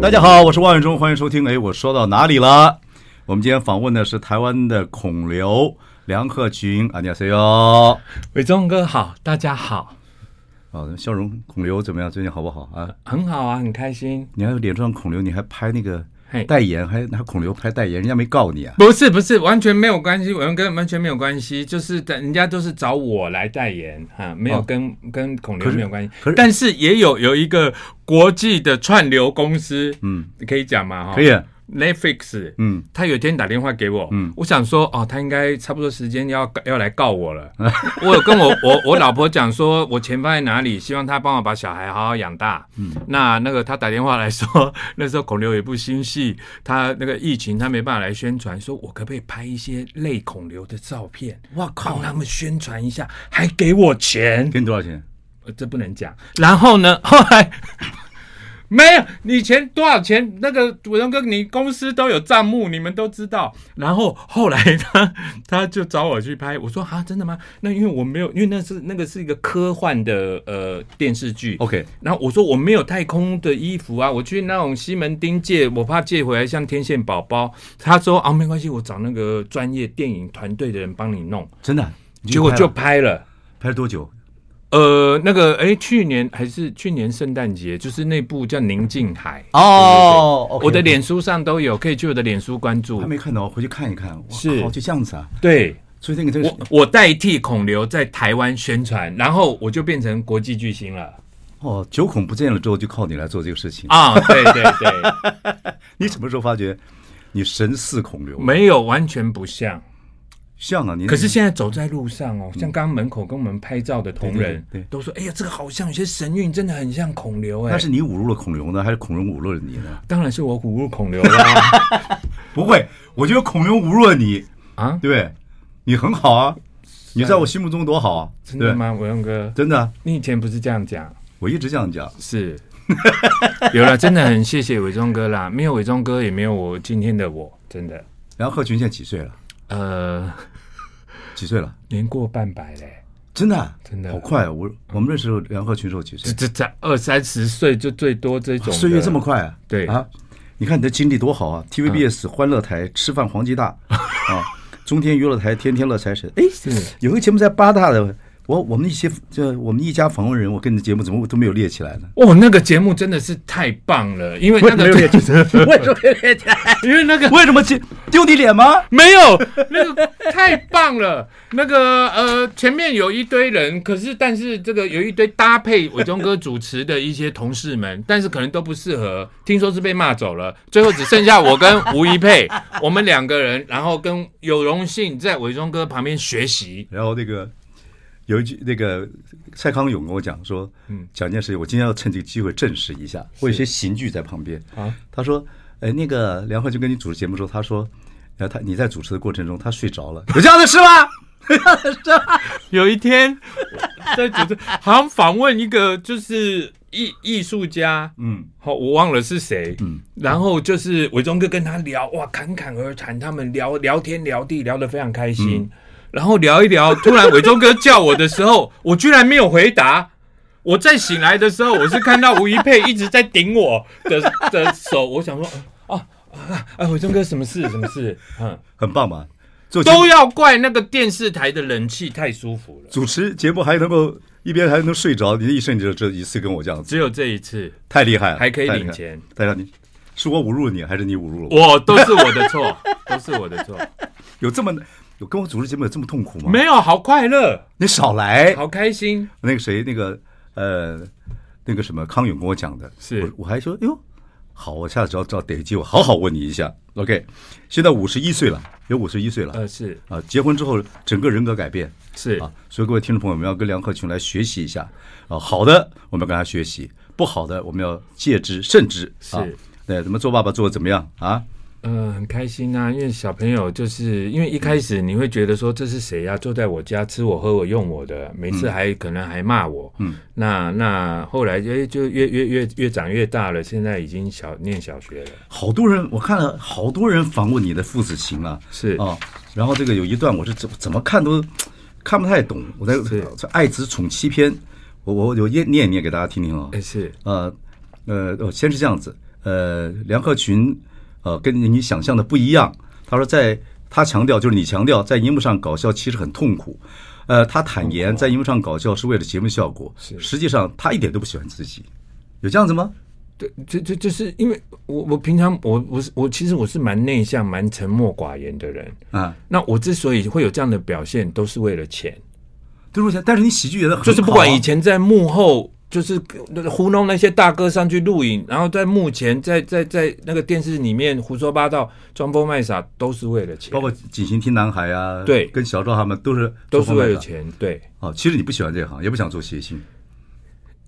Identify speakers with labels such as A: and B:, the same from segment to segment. A: 大家好，我是万永忠，欢迎收听。哎，我说到哪里了？我们今天访问的是台湾的孔刘、梁鹤群，안녕하세哟。
B: 伟忠哥好，大家好，
A: 啊，笑容孔刘怎么样？最近好不好啊？
B: 很好啊，很开心。
A: 你还脸上孔刘，你还拍那个
B: 嘿
A: 代言，还拿孔刘拍代言，人家没告你啊？
B: 不是不是，完全没有关系，伟忠哥完全没有关系，就是等人家都是找我来代言哈，没有
A: 哦
B: 跟、跟孔
A: 可
B: 刘
A: 是
B: 没有关系
A: 可是，
B: 但是也有有一个国际的串流公司，
A: 嗯，
B: 你可以啊讲嘛哈，
A: 可以，
B: Netflix，
A: 嗯，
B: 他有一天打电话给我，
A: 嗯
B: 我想说，哦，他应该差不多时间要要来告我了。 我有跟我我我老婆讲说，我钱放在哪里，希望她帮我把小孩好好养大。嗯，那那个他打电话来说， 那时候孔刘有一部新戏，他那个疫情他没办法来宣传，说我可不可以拍一些类孔刘的照片，
A: 我
B: 帮，他们宣传一下，还给我钱。
A: 给你多少钱？
B: 呃这不能讲。然后呢，后来没有，你钱多少钱？那个伟东哥，你公司都有账目，你们都知道。然后后来他他就找我去拍，我说啊，真的吗？那因为我没有，因为那是那个是一个科幻的呃电视剧。
A: OK，
B: 然后我说我没有太空的衣服啊，我去那种西门町借，我怕借回来像天线宝宝。他说啊，没关系，我找那个专业电影团队的人帮你弄。
A: 真的啊，你去
B: 结果
A: 拍
B: 就
A: 了
B: 拍了。
A: 拍了多久？
B: 呃，那个，哎，去年还是去年圣诞节，就是那部叫《宁静海》
A: 哦
B: 对对对我的脸书上都有，可以去我的脸书关
A: 还
B: 注。
A: 没看到，回去看一看。哇
B: 是
A: 靠，就这样子啊。
B: 对，
A: 所以那个真是
B: 我我代替孔刘在台湾宣传，然后我就变成国际巨星了
A: 哦，九孔不见了之后，就靠你来做这个事情。
B: 啊！对对 对，
A: 你什么时候发觉你神似孔刘？
B: 没有完全不像，
A: 像啊，你
B: 可是现在走在路上哦，像刚刚门口跟我们拍照的同
A: 嗯
B: 仁
A: 对对对对
B: 都说，哎呀，这个好像有些神韵，真的很像孔刘哎
A: 但。是你侮辱了孔刘呢，还是孔刘侮辱了你呢？
B: 当然是我侮辱孔刘啦
A: 不会，我觉得孔刘侮辱了你，
B: 啊！
A: 对不对？你很好啊，你在我心目中多好啊！
B: 真的
A: 对？
B: 吗，伟勇哥？
A: 真的啊，
B: 你以前不是这样讲？
A: 我一直这样讲。
B: 是， 有了，真的很谢谢伟忠哥啦，没有伟忠哥也没有我今天的我，真的，
A: 然后贺群现在几岁了？
B: 呃，
A: 几岁了？
B: 年过半百嘞，
A: 真的啊，
B: 真的
A: 好快啊！我我们认识梁鹤群时候几
B: 这
A: 岁？
B: 这才二三十岁就最多这种的，
A: 岁月这么快啊！
B: 对
A: 啊，你看你的经历多好啊！TVBS 欢乐台吃饭黄鸡大啊，中天娱乐台天天乐财神。哎，
B: 是
A: 有一个节目在八大的，我我们一些这我们一家访问人，我跟你的节目怎么都没有列起来 呢？
B: 哦，那个节目真的是太棒了，因为
A: 为什么
B: 那
A: 没有
B: 个
A: 列起 来？为什么没有列起来？
B: 因为那个
A: 为什么丢丢你脸吗？
B: 没有，那个太棒了。那个呃，前面有一堆人，可是但是这个有一堆搭配伟忠哥主持的一些同事们，但是可能都不适合。听说是被骂走了，最后只剩下我跟吴一佩，我们两个人，然后跟有荣幸在伟忠哥旁边学习。
A: 然后那个有一句，那个蔡康永跟我讲说，
B: 嗯
A: 讲一件事情，我今天要趁这个机会证实一下。我有些刑具在旁边
B: 啊，
A: 他说，哎，那个梁慧就跟你主持节目的时候，他说，呃，他你在主持的过程中，他睡着了，有这样的事吗？
B: 有一天在主持，好像访问一个就是艺艺术家，
A: 嗯，
B: 好，我忘了是谁。
A: 嗯
B: 嗯，然后就是伟忠哥跟他聊，哇，侃侃而谈，他们聊聊天聊地，聊得非常开心。
A: 嗯
B: 然后聊一聊，突然伟忠哥叫我的时候， 我居然没有回答。我再醒来的时候，我是看到吴一佩一直在顶我的的手，我想说，啊啊啊！伟忠哥，什么事？什么事？嗯，
A: 很棒嘛，做节目
B: 都要怪那个电视台的冷气太舒服了，
A: 主持节目还能够一边还能睡着，你的一生就这一次跟我这样子，
B: 只有这一次
A: 太厉害了，
B: 还可以
A: 太厉
B: 领
A: 害。
B: 钱，
A: 大家你是我侮辱你，还是你侮辱我？
B: 我都是我的错， 都是我的错，
A: 有这么有跟我主持节目有这么痛苦吗？
B: 没有好快乐，
A: 你少来。
B: 好开心。
A: 那个谁，那个呃，那个什么康永跟我讲的，
B: 是
A: 我我还说，哎呦，好，我下次只要只要逮机，我好好问你一下。OK，现在五十一岁了，有五十一岁了，
B: 呃，是
A: 啊，结婚之后整个人格改变
B: 是、
A: 啊，所以各位听众朋友们要跟梁鹤群来学习一下啊，好的我们要跟他学习，不好的我们要戒之慎之啊
B: 是。
A: 对，怎么做爸爸做的怎么样啊？
B: 呃，很开心啊，因为小朋友就是因为一开始你会觉得说这是谁呀、坐在我家吃我喝我用我的，每次还、可能还骂我。
A: 嗯，
B: 那那后来就就越越越越长越大了，现在已经小念小学了，
A: 好多人我看了好多人访问你的父子情了
B: 是
A: 啊，然后这个有一段我是怎怎么看都看不太懂，我在
B: 是
A: 这《爱子宠妻篇》，我我我念念一念给大家听听啊
B: 哎、，是
A: 呃呃，哦先是这样子，呃，梁鹤群，呃，跟你想象的不一样。他说在，他强调就是你强调，在荧幕上搞笑其实很痛苦。呃，他坦言在荧幕上搞笑是为了节目效果，
B: 啊是
A: 实际上他一点都不喜欢自己，有这样子吗？
B: 对，就就就是因为我我平常我我是我其实我是蛮内向、蛮沉默寡言的人。
A: 啊，
B: 那我之所以会有这样的表现，都是为了钱，
A: 对不起，但是你喜剧演的很好啊
B: 就是不管以前在幕后。就是糊弄那些大哥上去录影，然后在幕前，在在在那个电视里面胡说八道、装疯卖傻，都是为了钱，
A: 包括锦行听男孩啊，
B: 对
A: 跟小赵他们都是
B: 都是为了
A: 做
B: 钱。对，
A: 方法哦。其实你不喜欢这行，也不想做谐星，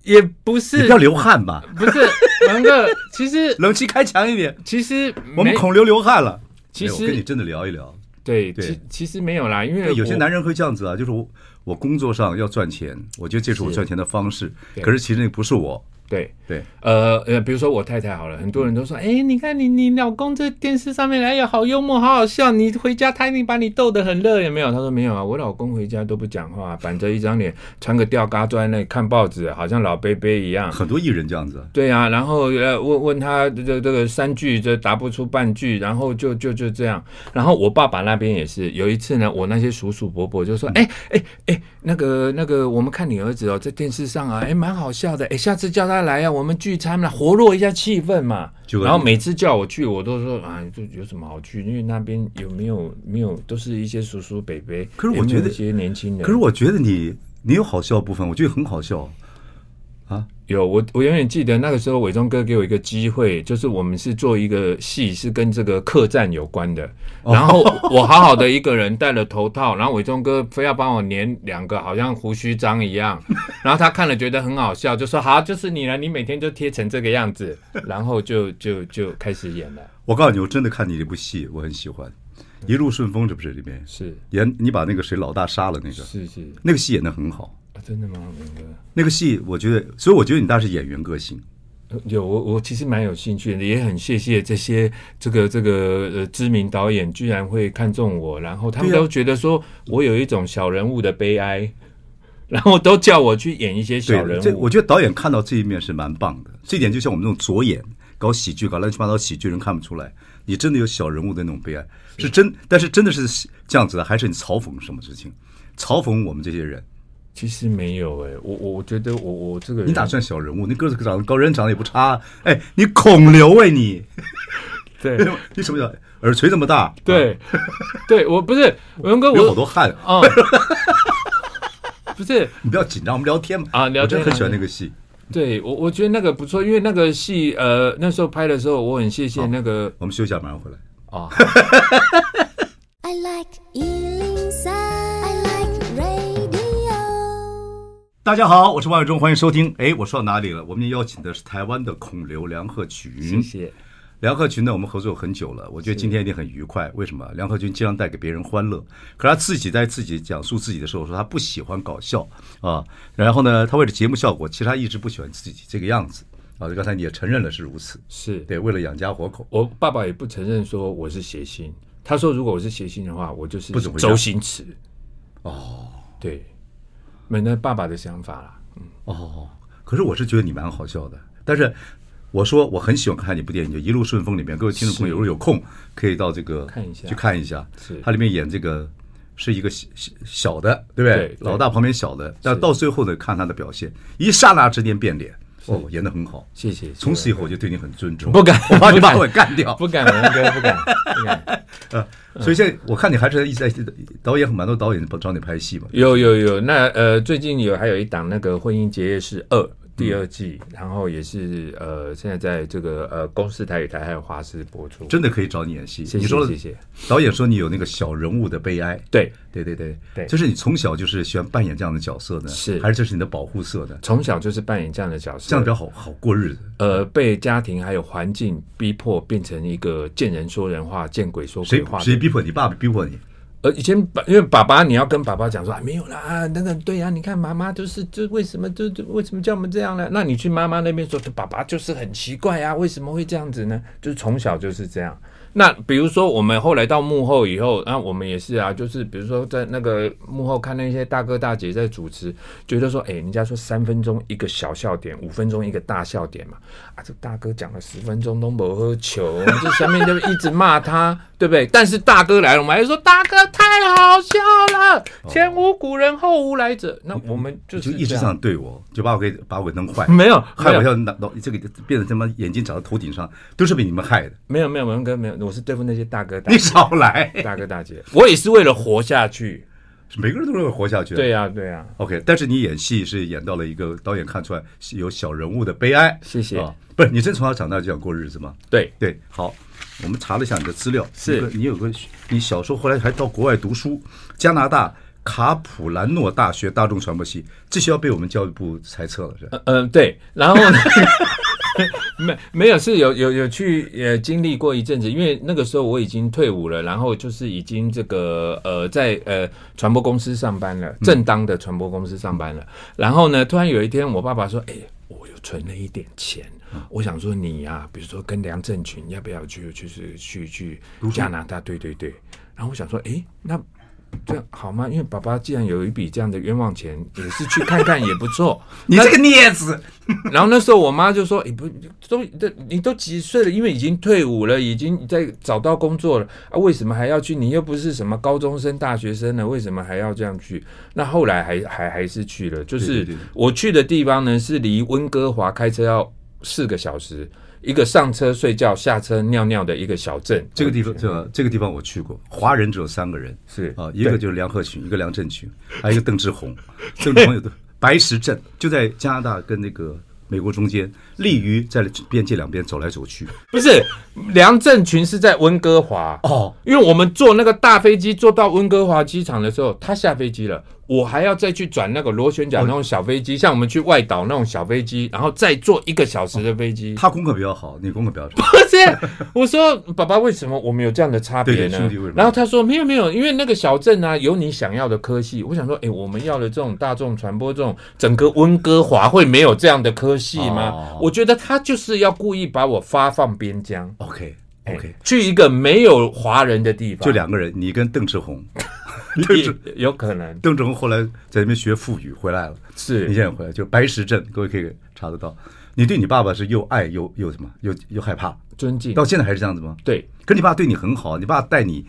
B: 也不
A: 你
B: 是
A: 不要流汗吧，
B: 不是王哥，其实
A: 冷气开强一点。
B: 其实
A: 我们
B: 没
A: 孔刘流汗了，
B: 其
A: 哎我跟你
B: 实
A: 真的聊一聊。
B: 对
A: 对
B: 其其实没有啦，因为
A: 对，有些
B: 我
A: 男人会这样子啊，就是我我工作上要赚钱，我觉得这是我
B: 是
A: 赚钱的方式，
B: 对
A: 可是其实那不是我。
B: 对
A: 对，
B: 呃呃，比如说我太太好了，很多人都说，哎、你看你你老公这电视上面哎呀好幽默，好好笑，你回家他一定把你逗得很乐，有没有？他说没有啊，我老公回家都不讲话，板着一张脸，穿个吊嘎坐在那里看报纸，好像老贝贝一样。
A: 很多艺人这样子，
B: 对啊，然后呃问问他这这这个三句这答不出半句，然后就就就这样。然后我爸爸那边也是，有一次呢，我那些叔叔伯伯就
A: 嗯
B: 说，哎哎哎，那个那个，我们看你儿子哦，在电视上啊，哎蛮好笑的，哎下次叫他来啊，我们聚餐嘛，活络一下气氛嘛。
A: 就
B: 然后每次叫我去，我都说啊，就有什么好去？因为那边有没有没有都是一些叔叔伯伯，
A: 可是
B: 也
A: 我
B: 没
A: 觉
B: 有
A: 得
B: 一些年轻人，啊
A: 可是我觉得你你有好笑的部分，我觉得很好笑。啊
B: 有我，我永远记得那个时候，伟忠哥给我一个机会，就是我们是做一个戏，是跟这个客栈有关的。然后我好好的一个人戴了头套，然后伟忠哥非要帮我粘两个，好像胡须章一样。然后他看了觉得很好笑，就说：“好，就是你了，你每天就贴成这个样子。”然后就就就开始演了。
A: 我告诉你，我真的看你这部戏，我很喜欢，《一路顺风》这不是里面
B: 是
A: 演你把那个谁老大杀了那个，
B: 是是、
A: 那个戏演的很好。
B: 啊真的吗，文哥？
A: 那个戏，我觉得，所以我觉得你大概是演员个性。
B: 有我，我其实蛮有兴趣的，也很谢谢这些这个这个呃知名导演居然会看中我，然后他们
A: 对啊
B: 都觉得说我有一种小人物的悲哀，然后都叫我去演一些小人
A: 对，这
B: 物
A: 我。觉得导演看到这一面是蛮棒的。这一点就像我们这种左眼搞喜剧、搞乱七八糟喜剧人看不出来，你真的有小人物的那种悲哀，是真。但是真的是这样子的，还是你嘲讽什么事情？嘲讽我们这些人，
B: 其实没有诶、我我我觉得我我这个人
A: 你哪算小人物？你个子长得高，人长得也不差。哎，你孔刘哎你，
B: 对
A: 你什么叫耳垂这么大？啊，
B: 对对，我不是文哥，
A: 有好
B: 我
A: 多汗。
B: 啊、不是
A: 你不要紧张，我们聊天嘛。
B: 啊聊天
A: 我真的很喜欢
B: 聊天
A: 那个戏。
B: 对我我觉得那个不错，因为那个戏呃那时候拍的时候，我很谢谢那个
A: 我们休息一下，马上回来。
B: 啊。
C: I like Ealing Sound. I like radio.
A: 大家好，我是王伟忠，欢迎收听。哎，我说到哪里了？我们今天邀请的是台湾的孔刘梁鹤群。
B: 谢谢，
A: 梁鹤群呢，我们合作很久了，我觉得今天一定很愉快。为什么？梁鹤群经常带给别人欢乐，可是他自己在自己讲述自己的时候说他不喜欢搞笑啊。然后呢，他为了节目效果，其实他一直不喜欢自己这个样子啊。刚才你也承认了是如此，
B: 是
A: 对，为了养家活口，
B: 我爸爸也不承认说我是谐星，他说如果我是谐星的话，我就是
A: 不准回家
B: 周星驰。哦，对，没那爸爸的想法啦。
A: 哦，可是我是觉得你蛮好笑的，但是我说我很喜欢看一部电影，就《一路顺风》里面，各位听众朋友如果有空，可以到这个
B: 看一下
A: 去看一下
B: 是。
A: 它里面演这个是一个小小小的，对不对？
B: 对对
A: 老大旁边小的，但到最后呢，看他的表现，一刹那之间变脸，哦，演的很好。
B: 谢谢，
A: 从此以
B: 以
A: 后我就对你很尊重，
B: 不敢，
A: 我怕你
B: 不
A: 把
B: 敢
A: 我干掉。
B: 不敢，文哥不敢，不敢。
A: 所以现在我看你还是一直在导演，蛮多导演找你拍戏嘛。
B: 有有有，那呃，最近有还有一档那个《婚姻结业式二》，第二季，
A: 嗯
B: 然后也是呃，现在在这个呃公视台语台还有华视播出。
A: 真的可以找你演戏。
B: 谢谢
A: 你说
B: 谢谢
A: 导演说你有那个小人物的悲哀。
B: 对，
A: 对对对
B: 对
A: 就是你从小就是喜欢扮演这样的角色呢，
B: 是
A: 还是这是你的保护色呢？
B: 从小就是扮演这样的角色，
A: 这样比较好好过日子。
B: 呃被家庭还有环境逼迫，变成一个见人说人话，见鬼说鬼
A: 谁
B: 话的
A: 谁逼迫你？爸爸逼迫你？
B: 呃，以前爸，因为爸爸，你要跟爸爸讲说啊，没有啦，啊，那个对呀、啊，你看妈妈就是，就为什么就就为什么叫我们这样呢？那你去妈妈那边说，爸爸就是很奇怪啊，为什么会这样子呢？就是从小就是这样。那比如说我们后来到幕后以后，啊，我们也是啊，就是比如说在那个幕后看那些大哥大姐在主持，觉得说，哎、人家说三分钟一个小笑点，五分钟一个大笑点嘛，啊，这大哥讲了十分钟都没喝球，这下面就一直骂他，对不对？但是大哥来了，我们还说大哥太好笑了，前无古人后无来者。那我们就
A: 就是一直这
B: 这样，嗯
A: 样对我，就把我给把我给弄坏，
B: 没有，
A: 害
B: 没
A: 我
B: 有，
A: 要脑脑这个变得他妈眼睛长到头顶上，都是被你们害的。
B: 没有，没有，文哥没有，我是对付那些大哥大
A: 你少来，
B: 大哥大姐，我也是为了活下去。
A: 每个人都是会活下去的。
B: 对呀、对呀、
A: OK，但是你演戏是演到了一个导演看出来是有小人物的悲哀。
B: 谢谢
A: 啊，不是你真从小长大就想过日子吗？
B: 对，
A: 对，好，我们查了一下你的资料，
B: 是
A: 一个你有个你小时候后来还到国外读书，加拿大卡普兰诺大学大众传播系，这需要被我们教育部猜测了是吧？
B: 嗯、呃对，然后呢？没没有是有有有去呃经历过一阵子，因为那个时候我已经退伍了，然后就是已经这个呃在呃传播公司上班了，正当的传播公司上班了。然后呢，突然有一天，我爸爸说：“哎、我又存了一点钱，我想说你呀、比如说跟梁振群要不要去就是去去加拿大？对对对。”然后我想说：“哎、那这样好吗？因为爸爸既然有一笔这样的冤枉钱，也是去看看也不错。
A: 你这个镊子，
B: 然后那时候我妈就说：“你、不都都你都几岁了？因为已经退伍了，已经在找到工作了啊，为什么还要去？你又不是什么高中生、大学生了，为什么还要这样去？”那后来还还还是去了，就
A: 对
B: 是
A: 对对
B: 我去的地方呢是离温哥华开车要四个小时，一个上车睡觉、下车尿尿的一个小镇。
A: 这个地方这个这个地方我去过，华人只有三个人，
B: 是
A: 啊，一个就是梁鹤群，一个梁振群，还有一个邓志 宏，邓志宏有的白石镇就在加拿大跟那个美国中间，利于在边界两边走来走去。
B: 不是梁振群是在温哥华
A: 哦，
B: 因为我们坐那个大飞机坐到温哥华机场的时候，他下飞机了，我还要再去转那个螺旋桨那种小飞机，像我们去外岛那种小飞机，然后再坐一个小时的飞 机。
A: 他功课比较好，你功课比较差。
B: 不是，我说爸爸，为什么我们有这样的差别
A: 对
B: 呢
A: 兄弟为什么？
B: 然后他说没有没有，因为那个小镇啊有你想要的科系。我想说，哎、我们要的这种大众传播，这种整个温哥华会没有这样的科系吗？
A: 哦
B: 我觉得他就是要故意把我发放边疆。
A: OK
B: 哎
A: OK，
B: 去一个没有华人的地方，
A: 就两个人，你跟邓志宏， 邓志
B: 也有可能
A: 邓志宏后来在那边学富语回来了，你现
B: 是
A: 在回来就白石镇，各位可以查得到。你对你爸爸是又爱又又什么，又又害怕，
B: 尊敬
A: 到，现在还是这样子吗？
B: 对，
A: 可你爸对你很好，你爸带你，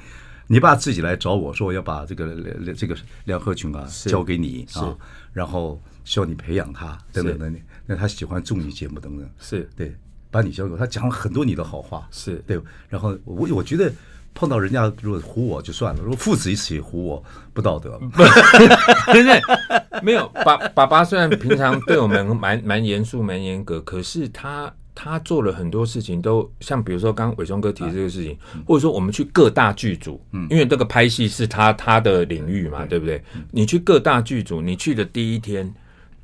A: 你爸自己来找我说我要把这个这个梁鹤群啊交给你
B: 是
A: 啊，然后需要你培养他等等等等，那他喜欢综艺节目等等，
B: 是
A: 对，把你交给我，他讲了很多你的好话，
B: 是
A: 对，然后我我觉得碰到人家如果唬我就算了，如果父子一起唬我不道德，
B: 嗯真的没有爸爸爸虽然平常对我们蛮蛮严肃蛮严格，可是他他做了很多事情都像比如说刚刚伟忠哥提这个事情，或者说我们去各大剧组，因为这个拍戏是他他的领域嘛，对不对？你去各大剧组，你去的第一天。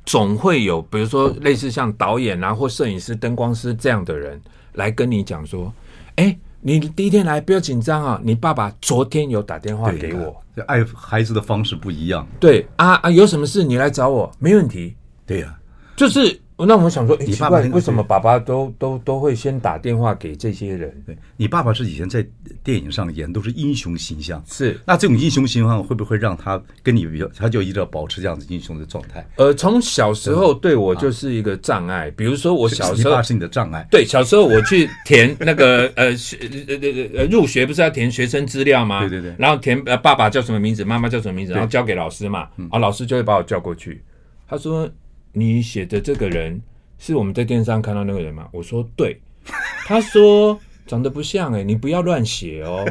B: 总会有，比如说类似像导演啊或摄影师、灯光师这样的人来跟你讲说：“哎、你第一天来不要紧张啊，你爸爸昨天有打电话
A: 对
B: 给我，，
A: 就爱孩子的方式不一样，
B: 对啊啊，有什么事你来找我，没问题。
A: 对呀、
B: 就是那我们想说，哎、
A: 你
B: 奇
A: 爸爸
B: 怪，
A: 平常
B: 为什么爸爸都都都会先打电话给这些人？
A: 对你爸爸是以前在电影上演都是英雄形象，
B: 是，
A: 那这种英雄形象会不会让他跟你比较，他就一直要保持这样子英雄的状态？
B: 呃，从小时候对我就是一个障碍。比如说我小
A: 你
B: 时候
A: 爸，嗯啊是你的障碍，
B: 对小时候我去填那个 呃学呃呃呃入学不是要填学生资料吗？
A: 对对对
B: 然后填呃爸爸叫什么名字，妈妈叫什么名字，然后交给老师嘛，
A: 嗯
B: 啊老师就会把我叫过去，他说你写的这个人是我们在电视上看到那个人吗？我说欸对。他说长得不像哎、你不要乱写哦，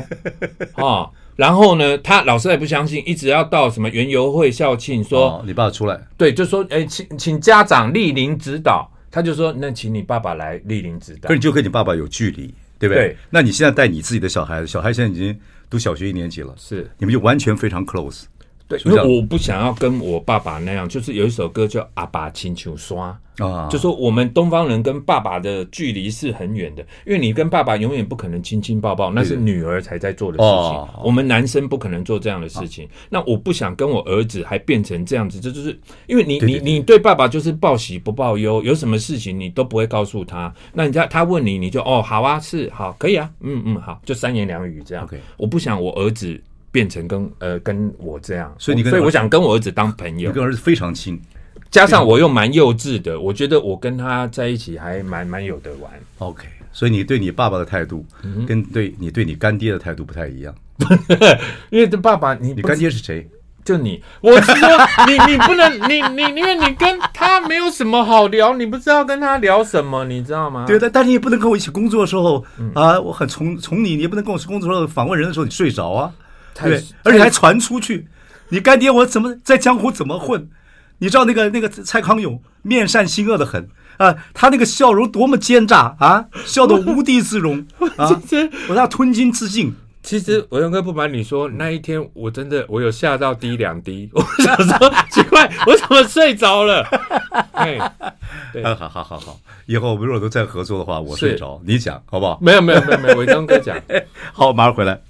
B: 哦，然后呢，他老师也不相信，一直要到什么园游会校庆说，
A: 哦，你爸出来，
B: 对，就说哎、请请家长莅临指导，他就说那请你爸爸来莅临指
A: 可
B: 导
A: 是。你就跟你爸爸有距离，对不对？
B: 对
A: 那你现在带你自己的小孩，小孩现在已经读小学一年级了，
B: 是
A: 你们就完全非常 close。
B: 对，
A: 是
B: 因
A: 这
B: 为
A: 样
B: 我不想要跟我爸爸那样，就是有一首歌叫《阿爸请求刷》。
A: 啊，
B: 就说我们东方人跟爸爸的距离是很远的，因为你跟爸爸永远不可能亲亲抱抱，那是女儿才在做的事
A: 哦
B: 情。我们男生不可能做这样的事情。那我不想跟我儿子还变成这样子，这就是因为你
A: 对
B: 你
A: 对对
B: 你对爸爸就是报喜不报忧，有什么事情你都不会告诉他。那人家他问你，你就哦好啊，是好可以啊，嗯嗯好，就三言两语这样
A: OK。
B: 我不想我儿子变成跟呃跟我这样，
A: 所以你跟
B: 所以
A: 儿
B: 我
A: 子
B: 想跟我儿子当朋
A: 你
B: 友。
A: 跟儿子非常亲
B: 加上我又蛮幼稚的，我觉得我跟他在一起还蛮蛮有得玩。
A: ，OK，所以你对你爸爸的态度，
B: 嗯
A: 跟对你对你干爹的态度不太一样。
B: 因为这爸爸，你
A: 你
B: 不
A: 干爹是谁？
B: 就你，我是说你你 不能你你因为你跟他没有什么好聊，你不知道跟他聊什么，你知道吗？
A: 对，但但你也不能跟我一起工作的时候
B: 嗯
A: 啊，我很宠宠你，你也不能跟我工作的时候访问人的时候你睡着啊，
B: 太
A: 对
B: 太，
A: 而且还传出去。你干爹我怎么在江湖怎么混？你知道那个那个蔡康永面善心恶的很啊，他那个笑容多么奸诈 啊，笑得无地自容啊！我让他吞金自尽。
B: 其实我勇哥不瞒你说，那一天我真的我有吓到滴两滴， 我想说奇怪，我怎么睡着 了？哎，对
A: 啊，好好好好，以后我们如果都再合作的话，我睡
B: 是
A: 着，你讲好不好？
B: 没有没有没有没有，伟东哥讲，
A: 好，马上回来。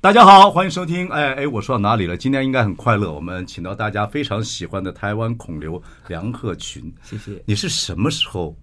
A: 大家好，欢迎收听。哎哎，我说到哪里了？今天应该很快乐。我们请到大家非常喜欢的台湾孔刘梁鹤群。
B: 谢谢，
A: 你是什么时候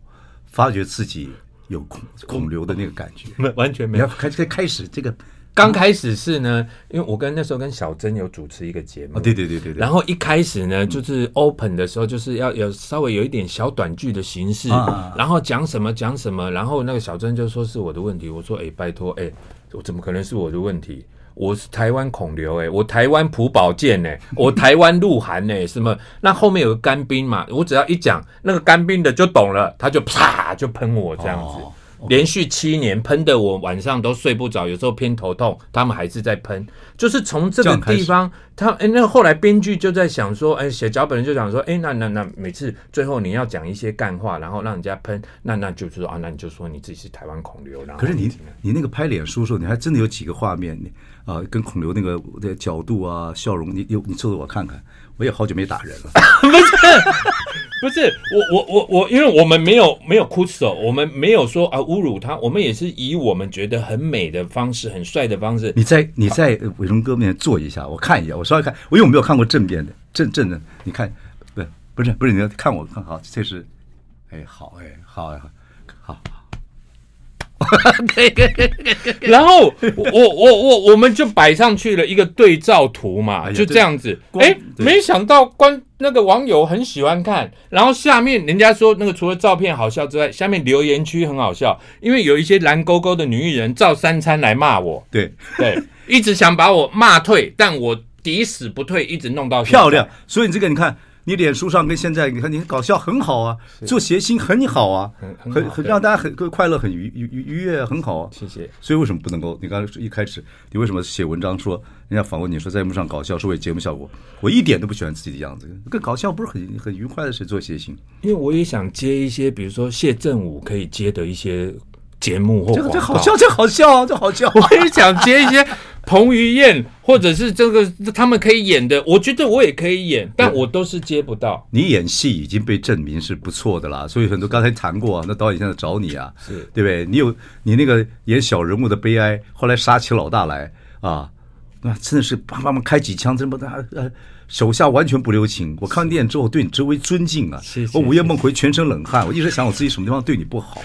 A: 发觉自己有孔孔刘的那个感觉？
B: 没完全没
A: 你
B: 有
A: 要。开开开始这个
B: 刚开始是呢，因为我跟那时候跟小珍有主持一个节目，
A: 哦，对对对嗯对对，
B: 然后一开始呢，就是 open 的时候，就是要有稍微有一点小短剧的形式，
A: 啊啊啊
B: 然后讲什么讲什么，然后那个小珍就说是我的问题，我说哎、拜托哎、我怎么可能是我的问题？我是台湾孔刘哎、我台湾朴宝剑 哎，我台湾鹿晗哎、什么？那后面有个干冰嘛，我只要一讲那个干冰的就懂了，他就啪就喷我这样子。
A: 哦
B: 连续七年喷的我晚上都睡不着，有时候偏头痛，他们还是在喷，就是从这
A: 这
B: 个
A: 样开始
B: 地方，他哎、那后来编剧就在想说，哎、写脚本人就想说，哎、那那那每次最后你要讲一些干话，然后让人家喷，那那就是说啊，那你就说你自己是台湾孔刘，然后
A: 可是你
B: 怎么样
A: 你那个拍脸书的时候，你还真的有几个画面，你啊、跟孔刘那个的角度啊、笑容，你有你凑凑我看看，我也好久没打人了。
B: 不是我我我我，因为我们没有没有哭手，我们没有说啊侮辱他，我们也是以我们觉得很美的方式、很帅的方式，
A: 你在你在呃伟忠哥面前坐一下，我看一下，我稍微看，我有没有看过正面的正正的？你看，不不是不是，你要看我看好，这是，哎好哎好哎好，
B: 然后我我我我我们就摆上去了一个对照图嘛，
A: 哎呀
B: 就这样子。
A: 光
B: 哎，
A: 对
B: 没想到观那个网友很喜欢看，然后下面人家说那个除了照片好笑之外，下面留言区很好笑，因为有一些蓝勾勾的女艺人照三餐来 骂我，
A: 对，
B: 对，一直想把我骂退，但我抵死不退，一直弄到现在
A: 漂亮。。所以你这个你看，你脸书上跟现在，你看你搞笑很好啊，做谐星很好啊，
B: 很
A: 很
B: 好
A: 很
B: 对
A: 让大家很快乐，很愉愉愉愉悦，很好啊。
B: 谢谢。
A: 所以为什么不能够？你刚才一开始，你为什么写文章说人家访问你说在幕上搞笑是为节目效果？我一点都不喜欢自己的样子，跟搞笑不是很很愉快的事做谐星，
B: 因为我也想接一些，比如说谢振武可以接的一些节目或
A: 这个这
B: 广
A: 好
B: 告
A: 笑，这好笑啊，这好笑啊。
B: 我也想接一些彭于晏，或者是这个他们可以演的，我觉得我也可以演，但我都是接不到。
A: 你演戏已经被证明是不错的啦，所以很多刚才谈过、啊，那导演现在找你啊，
B: 是
A: 对不对？你有你那个演小人物的悲哀，后来杀起老大来啊，那真的是啪啪啪开几枪，真不他呃手下完全不留情。我看完电影之后对你极为尊敬啊，
B: 是是
A: 我午夜梦回全身冷汗，我一直想我自己什么地方对你不好，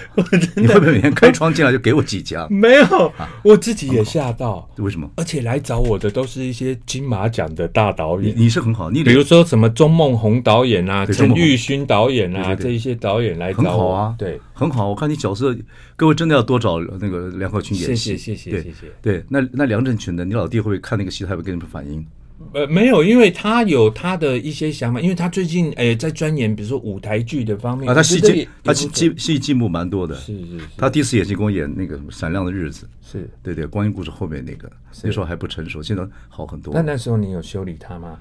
A: 你会不会每天开窗进来就给我几枪？
B: 没有，
A: 啊
B: 我自己也吓到，
A: 为什么？
B: 而且来找我的都是一些金马奖的大导
A: 你
B: 演。
A: 你是很好，你
B: 比如说什么钟梦红导演啊、
A: 对
B: 陈
A: 钟孟宏
B: 玉勋导演啊，
A: 对对对
B: 这一些导演来
A: 很
B: 找
A: 好
B: 我，
A: 啊，
B: 对，，
A: 很好。我看你角色，各位真的要多找那个梁鹤群演戏，
B: 谢谢谢谢
A: 对
B: 谢谢
A: 对。那那梁振群呢？你老弟会不会看那个戏，他会跟你们反映？
B: 呃，没有，因为他有他的一些想法，因为他最近诶、呃在钻研，比如说舞台剧的方面
A: 啊，他
B: 我觉
A: 戏
B: 得也
A: 进他
B: 也
A: 戏
B: 不错
A: 进戏进步蛮多的。
B: 是是是
A: 他第一次演戏跟我演那个什么《闪亮的日子》，
B: 是，
A: 对对，光阴故事后面那个，那时候还不成熟，现在好很多。
B: 那那时候你有修理他吗？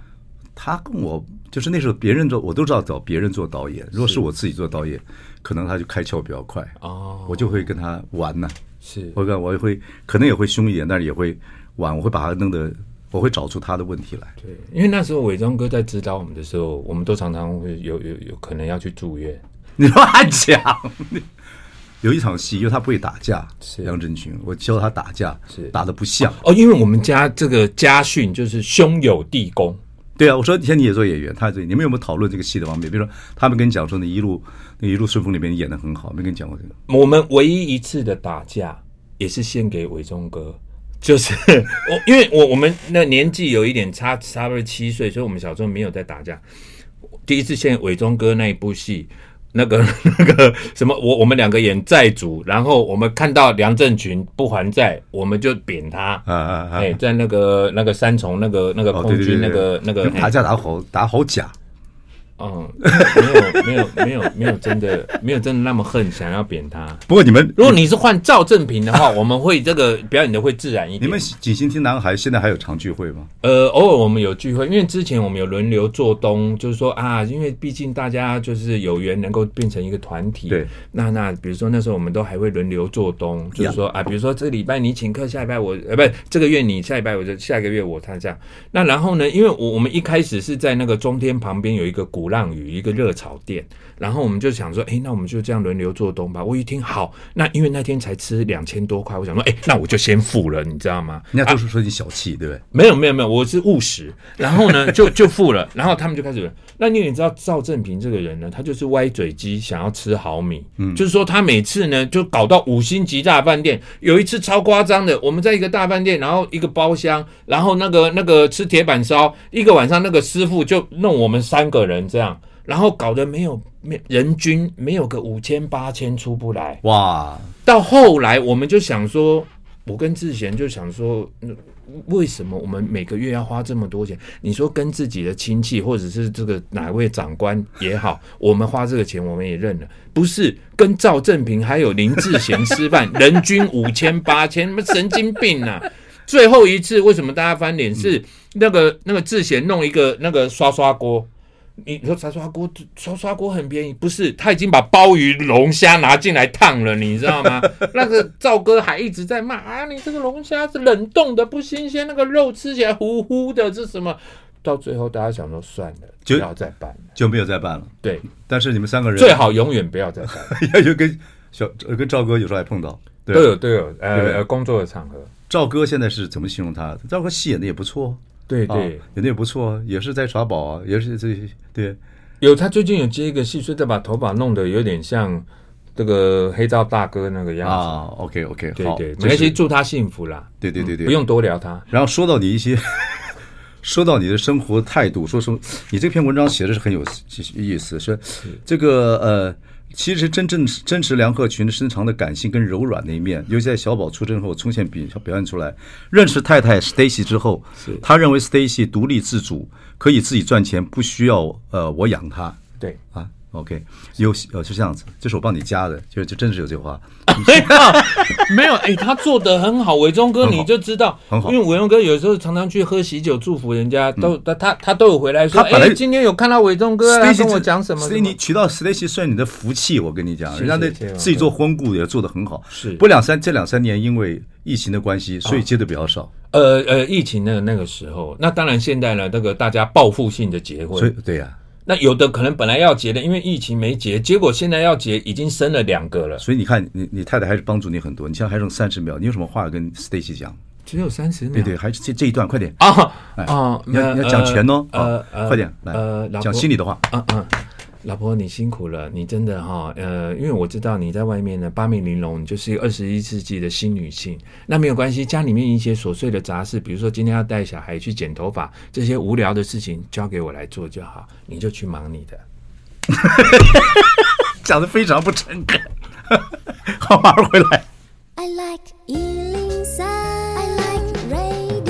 A: 他跟我就是那时候别人做，我都知道找别人做导演。如果是我自己做导演，可能他就开窍比较快，
B: 哦，
A: 我就会跟他玩呢、
B: 是
A: 我跟我也会可能也会凶一点，但是也会玩，我会把他弄得，我会找出他的问题来。
B: 对，因为那时候伟忠哥在指导我们的时候，我们都常常会有有有可能要去住院。
A: 你乱讲。有一场戏，因为他不会打架，
B: 是
A: 杨振群，我教他打架
B: 是，
A: 打的不像。
B: 哦，因为我们家这个家训就是兄友弟恭，
A: 对啊，我说以前你也做演员，他也做演员，你们有没有讨论这个戏的方面？比如说他们跟你讲说，你一路那一路顺风里面你演的很好，没跟你讲过这个。
B: 我们唯一一次的打架也是献给伟忠哥，就是我，因为我我们那年纪有一点差，差不多七岁，所以我们小时候没有在打架。第一次献伟忠哥那一部戏，那个 那个什么，我我们两个演债主，然后我们看到梁振群不还债，我们就扁他。
A: 啊啊啊！
B: 哎，在那个那个三重那个那个
A: 哦，
B: 空
A: 对对对
B: 军，那
A: 对
B: 个那个哎
A: 你们打架打好打好假，
B: 嗯，没有没有 没有没有真的没有真的那么恨，想要扁他。
A: 不过你们
B: 如果你是换赵正平 的话，我们会这个表演的会自然一点。
A: 你们锦星听男孩现在还有常聚会吗？
B: 呃，偶尔我们有聚会，因为之前我们有轮流做东，就是说啊，因为毕竟大家就是有缘能够变成一个团体。
A: 对。
B: 那那比如说那时候我们都还会轮流做东，就是说啊，比如说这礼拜你请客，下礼拜我呃不这个月你，下礼拜我就下个月我他这样。那然后呢，因为我我们一开始是在那个中天旁边有一个鼓浪屿一个热炒店，然后我们就想说，哎，那我们就这样轮流做东吧。我一听好，那因为那天才吃两千多块，我想说，哎，那我就先付了，你知道吗？
A: 人家都是说你小气，对不对？
B: 没有没有没有，我是务实。然后呢， 就就付了，然后他们就开始。那你也知道赵正平这个人呢，他就是歪嘴鸡，想要吃好米。嗯，就是说他每次呢就搞到五星级大饭店。有一次超夸张的，我们在一个大饭店，然后一个包厢，然后那个那个吃铁板烧，一个晚上那个师傅就弄我们三个人这样，然后搞得没有没人均没有个五千八千出不来。
A: 哇，
B: 到后来，我们就想说，我跟志贤就想说，嗯为什么我们每个月要花这么多钱？你说跟自己的亲戚或者是这个哪位长官也好， 我们花这个钱我们也认了，不是跟赵正平还有林志贤吃饭， 人均五千八千，妈神经病啊！最后一次为什么大家翻
A: 嗯
B: 脸？是那个那个志贤弄一个那个刷刷锅。你说炸刷锅，刷刷锅很便宜，不是？他已经把鲍鱼、龙虾拿进来烫了，你知道 吗？那个赵哥还一直在骂啊，你这个龙虾是冷冻的，不新鲜，那个肉吃起来糊糊的，这什么？到最后大家想说算了，不
A: 就
B: 要再办了。
A: 就没有再办了。
B: 对，
A: 但是你们三个人
B: 最好永远不要再办。
A: 也有跟小呃跟赵哥有时候还碰到。对啊
B: 都有都有，
A: 对
B: 呃，工作的场合，
A: 赵哥现在是怎么形容他？赵哥戏演的也不错，
B: 对
A: 啊
B: 对，
A: 演的也不错，也是在耍宝啊，也是这对
B: 有他最近有接一个戏，所以他把头发弄得有点像这个黑道大哥那个样子。
A: 啊。OK OK，
B: 对
A: 好，
B: 对，没
A: 这
B: 关系，
A: 是
B: 祝他幸福啦。
A: 对对对对，
B: 不用多聊他。
A: 然后说到你一些， 说到你的生活态度，说说你这篇文章写的是很有意思，是这个呃，其实真正真实梁鹤群深藏的感性跟柔软的一面，尤其在小宝出征后出现表表现出来。认识太太 Stacy 之后，他认为 Stacy 独立自主，可以自己赚钱，不需要呃我养他
B: 对，
A: 啊。OK，有呃是这样子，这是我帮你加的，就就真是有这话。
B: 没有， 没有，哎、他做的很好，伟忠哥
A: 很好
B: 你就知道，
A: 很好嗯
B: 因为伟忠哥有时候常常去喝喜酒祝福人家，都、他他他都有回来说，
A: 他
B: 哎、
A: 本来
B: 今天有看到伟忠哥，啊他
A: Stacy
B: 跟我讲什么
A: 所以
B: 什
A: 你
B: 么，
A: 娶到 Stacy 算你的福气，我跟你讲，
B: 谢
A: 人家那
B: 谢谢
A: 自己做婚顾也做得很好。
B: 是啊
A: 不两三这两三年因为疫情的关系，所以接的比较少，
B: 呃呃，疫情的那个时候，那当然现在呢，那个大家报复性的结
A: 所以
B: 婚，
A: 对呀，
B: 那有的可能本来要结的，因为疫情没结，结果现在要结，已经生了两个了，
A: 所以你看你你太太还是帮助你很多。你现在还剩三十秒，你有什么话跟 Stacy 讲？
B: 只有三十秒，
A: 对对，还是这这一段快点，
B: 啊
A: 哎
B: 啊，
A: 你要
B: 那
A: 你要讲全哦，
B: 呃
A: 啊
B: 呃，
A: 快点来
B: 呃，老婆
A: 讲心里的话。
B: 啊啊，老婆你辛苦了，你真的哈、呃，因为我知道你在外面呢八面玲珑，你就是一个二十一世纪的新女性。那没有关系，家里面一些琐碎的杂事，比如说今天要带小孩去剪头发，这些无聊的事情交给我来做就好，你就去忙你的。
A: 讲的非常不诚恳。 好，马上回来。
C: I like Ealing Sound. I like radio.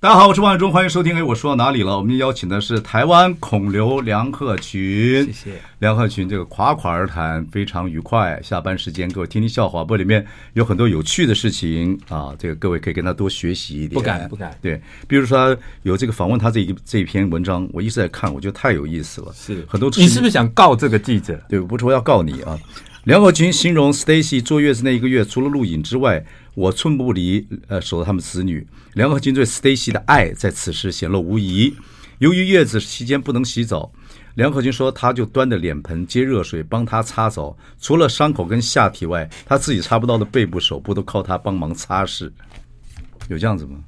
A: 大家好，我是王伟忠，欢迎收听。哎，我说到哪里了？我们邀请的是台湾孔刘梁鹤群，
B: 谢谢
A: 梁鹤群，这个夸夸而谈，非常愉快。下班时间给我听听笑话，不过里面有很多有趣的事情啊，这个各位可以跟他多学习一点。
B: 不敢不敢
A: 对，比如说他有这个访问他这一这一篇文章，我一直在看，我觉得太有意思了。
B: 是
A: 很多
B: 你是不是想告这个记者？
A: 对，不是我要告你啊。梁国群形容 Stacy 坐月子那一个月，除了录影之外，我寸步不离呃守着他们子女。梁国群对 Stacy 的爱在此时显露无遗。由于月子期间不能洗澡，梁国群说他就端着脸盆接热水帮他擦澡，除了伤口跟下体外，他自己擦不到的背部、手部都靠他帮忙擦拭。有这样子吗？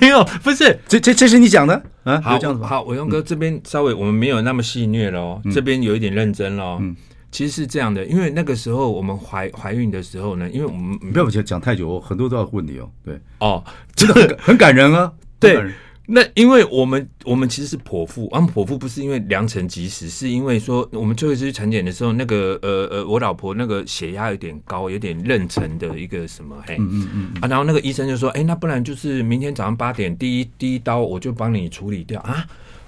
B: 没有，不是。
A: 这这这是你讲的啊？有
B: 好
A: 这样子吗？嗯
B: 好，伟忠哥这边稍微我们没有那么戏谑喽，哦这边有一点认真喽。
A: 嗯
B: 其实是这样的，因为那个时候我们怀怀孕的时候呢，因为我们嗯
A: 你不要讲讲太久，我很多都要问你哦。对，
B: 哦，
A: 真的很感很感人啊。很感
B: 对
A: 人，
B: 那因为我们我们其实是剖腹，啊，剖腹不是因为良辰吉时，是因为说我们最后一次去产检的时候，那个呃呃，我老婆那个血压有点高，有点妊娠的一个什么嘿，嗯嗯嗯啊，然后那个医生就说，哎、那不然就是明天早上八点第一第一刀我就帮你处理掉啊，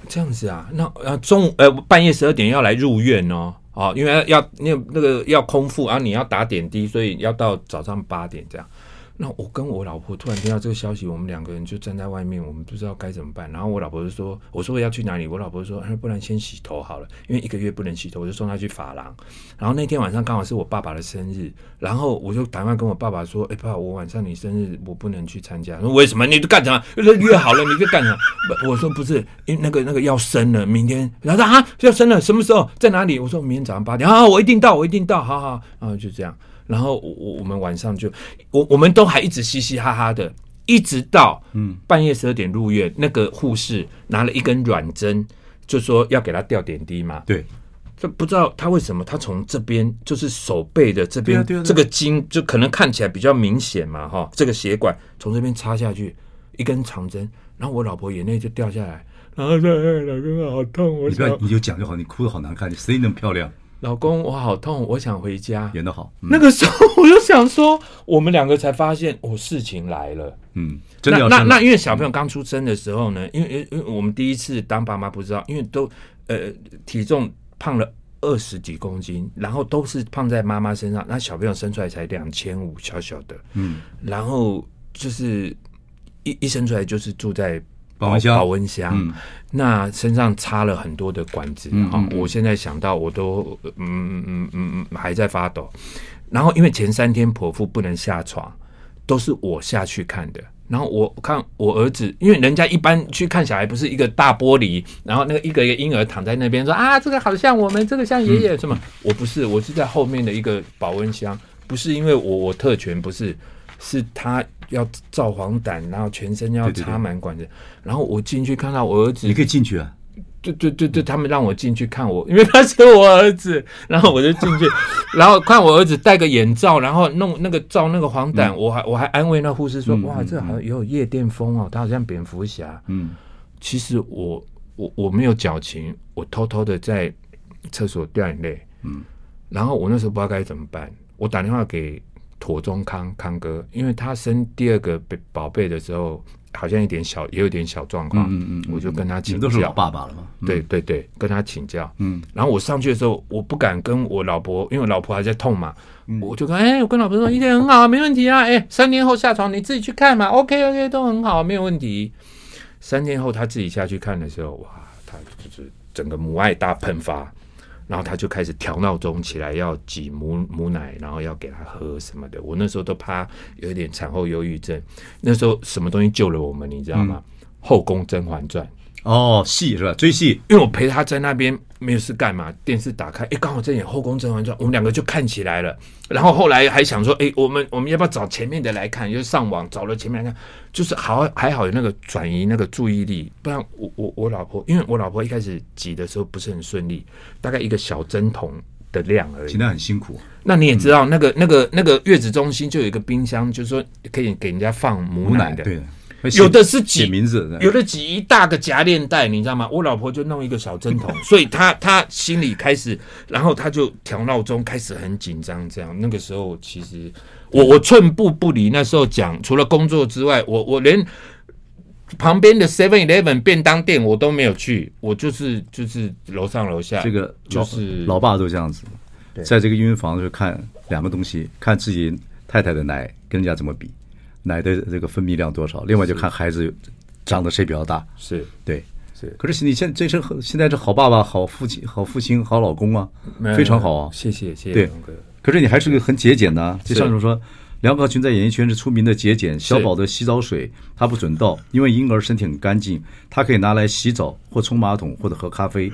B: 这样子啊，那啊中午呃半夜十二点要来入院哦。哦，因为要要那个那个要空腹啊，你要打点滴，所以要到早上八点这样。那我跟我老婆突然听到这个消息，我们两个人就站在外面，我们不知道该怎么办。然后我老婆就说：“我说要去哪里？”我老婆说：“哎，不然先洗头好了，因为一个月不能洗头，我就送她去发廊。”然后那天晚上刚好是我爸爸的生日，然后我就打电话跟我爸爸说：“哎，爸，我晚上你生日，我不能去参加。”他说：“为什么？你就干什么？约好了你就干什么？”不 我说：“不是，因为那个那个要生了，明天。”然后他说：“啊，要生了，什么时候？在哪里？”我说：“明天早上八点。”啊，我一定到，我一定到，好好。然后就这样。然后我我我们晚上就我我们都还一直嘻嘻哈哈的，一直到嗯半夜十二点入院，那个护士拿了一根软针，就说要给他吊点滴嘛。
A: 对，
B: 这不知道他为什么，他从这边就是手背的这边、
A: 对啊对啊对啊
B: 这个筋，就可能看起来比较明显嘛，哈，这个血管从这边插下去一根长针，然后我老婆眼泪就掉下来，然后说：“哎，老公好痛，我
A: 你不要
B: 想
A: 你就讲就好，你哭的好难看，你谁那么漂亮，
B: 老公我好痛，我想回家。”
A: 演的好，嗯
B: 那个时候我就想说，我们两个才发现，哦，事情来了。
A: 嗯，真的要
B: 那那
A: 真的
B: 那，因为小朋友刚出生的时候呢，因为因为因为我们第一次当爸妈不知道，因为都呃体重胖了二十几公斤，然后都是胖在妈妈身上，那小朋友生出来才两千五，小小的，
A: 嗯，
B: 然后就是一一生出来就是住在
A: 保温箱
B: 保温箱，
A: 嗯
B: 那身上插了很多的管子
A: 嗯
B: 哈、
A: 嗯嗯
B: 我现在想到我都嗯嗯嗯嗯嗯还在发抖。然后因为前三天剖腹不能下床，都是我下去看的。然后我看我儿子，因为人家一般去看小孩不是一个大玻璃，然后那个一个一个婴儿躺在那边说啊，这个好像我们，这个像爷爷什么？我不是，我是在后面的一个保温箱，不是因为我我特权，不是，是他要照黄疸，然后全身要
A: 对对对
B: 插满管子。然后我进去看到我儿子
A: 你可以进去啊，
B: 对对对对，他们让我进去看我，因为他是我儿子， 然后我就进去， 然后看我儿子戴个眼罩，然后弄那个罩那个黄疸，我还我还安慰那护士说，哇，这好像也有夜店风哦，他好像蝙蝠侠。
A: 嗯，
B: 其实我我我没有矫情，我偷偷的在厕所掉眼泪，嗯，然后我那时候不知道该怎么办，我打电话给妥中康康哥，因为他生第二个宝贝的时候，好像有点小也有点小状况，
A: 嗯嗯嗯
B: 我就跟他
A: 你
B: 请
A: 们
B: 教，
A: 都是老爸爸了嘛，嗯
B: 对对对，跟他请教。
A: 嗯，
B: 然后我上去的时候，我不敢跟我老婆，因为我老婆还在痛嘛，
A: 嗯
B: 我就跟哎、我跟老婆说一切很好啊，没问题啊，哎、三天后下床你自己去看嘛，OK
A: 嗯
B: OK 都很好，没有问题。三天后他自己下去看的时候，哇，他就是整个母爱大喷发，然后他就开始调闹钟起来要挤母母奶，然后要给他喝什么的。我那时候都怕有一点产后忧郁症，那时候什么东西救了我们，你知道
A: 嗯
B: 吗？后宫《甄嬛传》。
A: 哦，戏是吧？追戏，
B: 因为我陪他在那边没有事干嘛，电视打开，哎、刚好在演《后宫甄嬛传》，我们两个就看起来了。然后后来还想说，哎、我们我们要不要找前面的来看？就上网找了前面来看，就是好还好有那个转移那个注意力，不然我我我老婆，因为我老婆一开始挤的时候不是很顺利，大概一个小针筒的量而已
A: 现。在很辛苦，
B: 那你也知道，那个那个那个月子中心就有一个冰箱，就是说可以给人家放母
A: 无
B: 奶
A: 奈嗯
B: 的，
A: 对的，会写
B: 有的是挤
A: 写名字的，
B: 有的挤一大个夹链袋，你知道吗？我老婆就弄一个小 针筒，所以她她心里开始，然后她就调闹钟，开始很紧张。这样那个时候，其实我我寸步不离。那时候讲，除了工作之外，我我连旁边的 Seven Eleven 便当店我都没有去，我就是就是楼上楼下
A: 这个
B: 就
A: 老
B: 是
A: 老爸都这样子，
B: 对
A: 在这个孕房就看两个东西，看自己太太的奶跟人家怎么比，奶的这个分泌量多少，另外就看孩子长得谁比较大。
B: 是
A: 对，
B: 是
A: 可是你现这是很现在这好爸爸、好父亲、好父亲、好老公啊，非常好啊。
B: 谢谢谢谢
A: 对
B: 龙哥，，
A: 可是你还是个很节俭的啊。就是像你说，梁宝群在演艺圈是出名的节俭。小宝的洗澡水他不准倒，因为婴儿身体很干净，他可以拿来洗澡或冲马桶或者喝咖啡。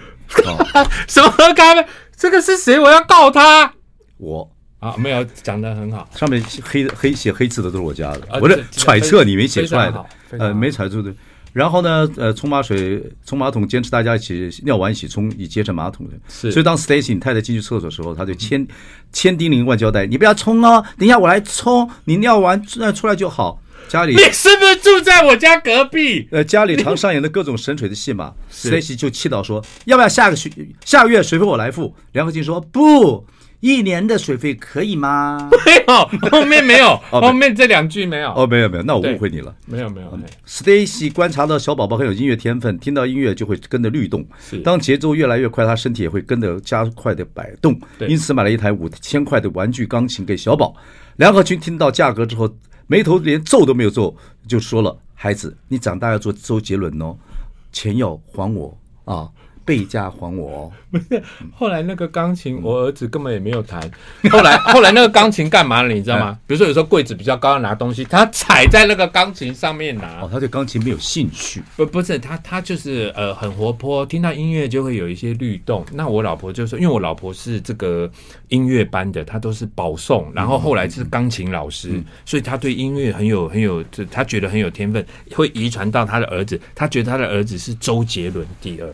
A: 啊，
B: 什么喝咖啡？这个是谁？我要告他
A: 我
B: 啊！没有讲的很好，
A: 上面黑黑写黑字的都是我家的，
B: 啊
A: 我这
B: 这这
A: 揣测你没写
B: 非
A: 出来
B: 非常
A: 的
B: 好，非常
A: 呃，
B: 好
A: 没揣出的。然后呢，呃，冲马水、冲马桶，坚持大家一起尿完一起冲，以节省马桶的。
B: 是
A: 所以当 Stacy 你太太进去厕所的时候，她就千千叮咛万交代，你不要冲哦，等一下我来冲，你尿完那出来就好。家里
B: 你是不是住在我家隔壁？
A: 呃，家里常上演的各种神水的戏 码，Stacy 就气到说：“要不要下个学下个月水费我来付？”梁和庆说：“不，一年的水费可以吗
B: 没有，后面没有，
A: 哦没
B: 后面这两句没？”有，
A: 哦，嗯没有没有，那我
B: 对
A: 误会你了。
B: 没有没有，嘿
A: Stacy 观察到小宝宝很有音乐天分，听到音乐就会跟着律动
B: 是。
A: 当节奏越来越快，他身体也会跟着加快的摆动。
B: 对
A: 因此买了一台五千块的玩具钢琴给小宝。梁和群听到价格之后，眉头连皱都没有皱，就说了：“孩子，你长大要做周杰伦哦，钱要还我啊，倍价还我哦。
B: 后来那个钢
A: 嗯
B: 琴，我儿子根本也没有弹。后来， 后来那个钢琴干嘛了？你知道
A: 哎
B: 吗？比如说有时候柜子比较高要拿东西，他踩在那个钢琴上面拿
A: 哦，。他对钢琴没有兴趣。
B: 不，不是他，他就是呃很活泼，听到音乐就会有一些律动。那我老婆就说，因为我老婆是这个音乐班的，她都是保送，然后后来是钢琴老师，所以她对音乐很有很有，这她觉得很有天分，会遗传到她的儿子。她觉得她的儿子是周杰伦第二，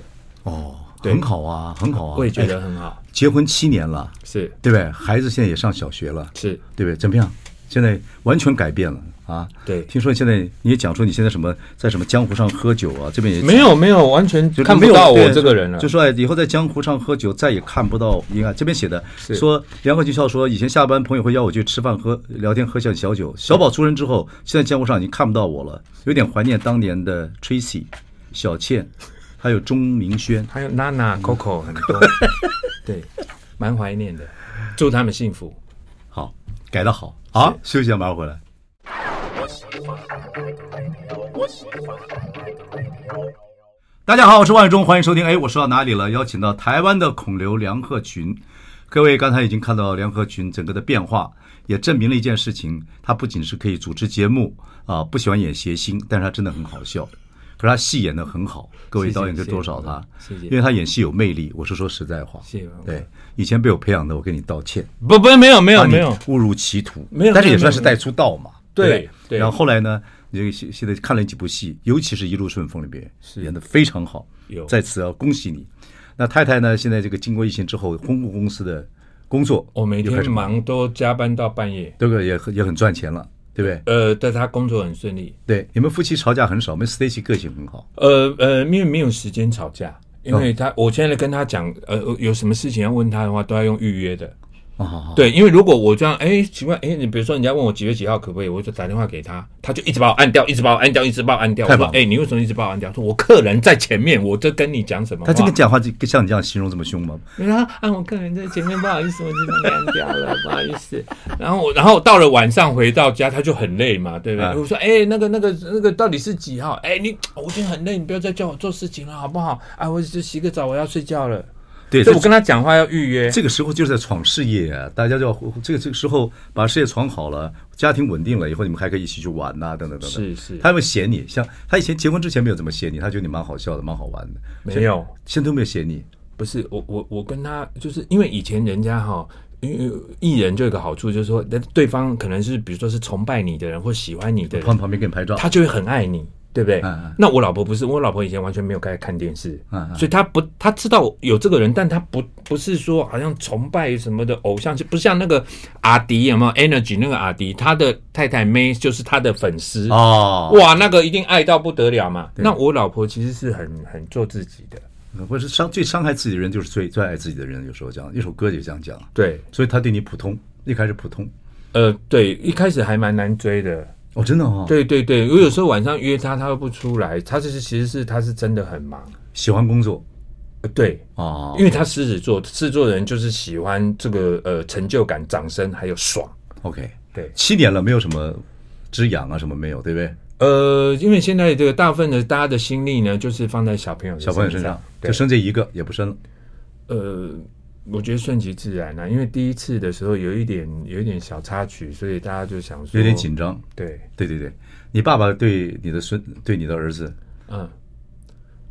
A: 哦，
B: 对
A: 很好啊，很好啊。
B: 我也觉得
A: 哎
B: 很好，
A: 结婚七年了，
B: 是
A: 对不对？孩子现在也上小学了。
B: 是，
A: 对不对？怎么样？现在完全改变了啊！
B: 对
A: 听说现在你也讲说你现在什么在什么江湖上喝酒啊？这边也
B: 没有没有，完全
A: 就
B: 看
A: 没
B: 不
A: 有
B: 到我
A: 对
B: 这个人了。啊
A: 就说哎以后在江湖上喝酒再也看不到。你看这边写的说，梁鹤俊笑说，以前下班朋友会邀我去吃饭喝聊天喝下小酒。小宝出生之后，现在江湖上已经看不到我了，有点怀念当年的 Tracy、小倩，还有钟明轩。
B: 还有娜娜、Coco 很 多，对，嗯蛮怀念的。祝他们幸福。
A: 好，改的好啊！休息一下，马上回来。大家好，我是万永忠，欢迎收听。哎，我说到哪里了？邀请到台湾的孔刘梁鹤群，各位刚才已经看到梁鹤群整个的变化，也证明了一件事情：他不仅是可以主持节目啊、不喜欢演谐星，但是他真的很好笑，可是他戏演的很好。各位
B: 谢谢
A: 导演可以多少他，
B: 谢谢
A: 因为他演戏有魅力。我是说实在话，
B: 谢谢王哥
A: 对，以前被我培养的，我跟你道歉。
B: 不不，没有没有
A: 把你
B: 没有，
A: 误入歧途，
B: 没有
A: 但是也
B: 没有
A: 算是带出道嘛。
B: 没有
A: 对不
B: 对对
A: 然后后来呢，你这个现现在看了几部戏，尤其是《一路顺风》里边演的非常好
B: 有，
A: 在此要恭喜你。那太太呢，现在这个经过疫情之后，公共公司的工作，
B: 我每
A: 又开
B: 天
A: 始
B: 忙都加班到半夜。
A: 这个也很也很赚钱了，对不对？
B: 呃，但他工作很顺利。
A: 对，你们夫妻吵架很少，我们 Stacy 个性很好，
B: 呃呃，因为没有时间吵
A: 哦
B: 架，因为他、我现在跟他讲，呃，有什么事情要问他的话，都要用预约的。
A: 啊好好
B: 对，因为如果我这样，哎，奇怪，哎，你比如说人家问我几月几号可不可以，我就打电话给他，他就一直把我按掉，一直把我按掉，一直把我按掉。
A: 太
B: 我说
A: 忙，了
B: 哎，你为什么一直把我按掉？说我客人在前面，我这跟你讲什么
A: 他
B: 话？
A: 这个讲话就像你这样形容这么凶吗？
B: 然后啊，我客人在前面，不好意思，我这边干掉了， 不好意思。然后我，然后到了晚上回到家，他就很累嘛，对不对？
A: 嗯
B: 我说，哎、那个、那个、那个到底是几号？哎、你我今天很累，你不要再叫我做事情了，好不好？啊，我只洗个澡，我要睡觉了。
A: 对，
B: 所以
A: 这
B: 我跟他讲话要预约。
A: 这个时候就是在闯事业啊，大家就要这个这个时候把事业闯好了，家庭稳定了以后，你们还可以一起去玩呐、等等等等。
B: 是是
A: 他会嫌你，像他以前结婚之前没有怎么嫌你，他觉得你蛮好笑的，蛮好玩的。
B: 没有，
A: 现在都没有嫌你。
B: 不是我我我跟他就是因为以前人家哈。因为艺人就有一个好处，就是说，对方可能是比如说是崇拜你的人或喜欢你的人
A: 旁，旁边给你拍照，
B: 他就会很爱你，对不对？
A: 嗯嗯
B: 那我老婆不是，我老婆以前完全没有开始看电视，
A: 嗯嗯
B: 所以她不，她知道有这个人，但她不不是说好像崇拜什么的偶像，就不像那个阿迪有没有 Energy 那个阿迪，他的太太 May 就是他的粉丝。
A: 哦，
B: 哇，那个一定爱到不得了嘛！那我老婆其实是很很做自己的，
A: 或者是伤最伤害自己的人，就是最最爱自己的人。有时候这样，一首歌也这样讲。
B: 对，
A: 所以他对你普通，一开始普通，
B: 呃，对，一开始还蛮难追的，
A: 哦，真的哦，，
B: 对对对，我有时候晚上约他，他又不出来，他这是其实是他是真的很忙。
A: 喜欢工作
B: 呃对，
A: 哦，
B: 因为他狮子座，狮子座人就是喜欢这个呃成就感、掌声还有爽。
A: OK，
B: 对
A: 七年了，没有什么止痒啊，什么没有，对不对？
B: 呃，因为现在这个大部分的大家的心力呢，就是放在小朋友的
A: 小朋友身
B: 身
A: 上
B: 对
A: 就生这一个，也不生了。
B: 呃，我觉得顺其自然啊，因为第一次的时候有一点有一点小插曲，所以大家就想说
A: 有点紧。张。
B: 对，
A: 对对对，你爸爸对你的孙，对你的儿子，
B: 嗯，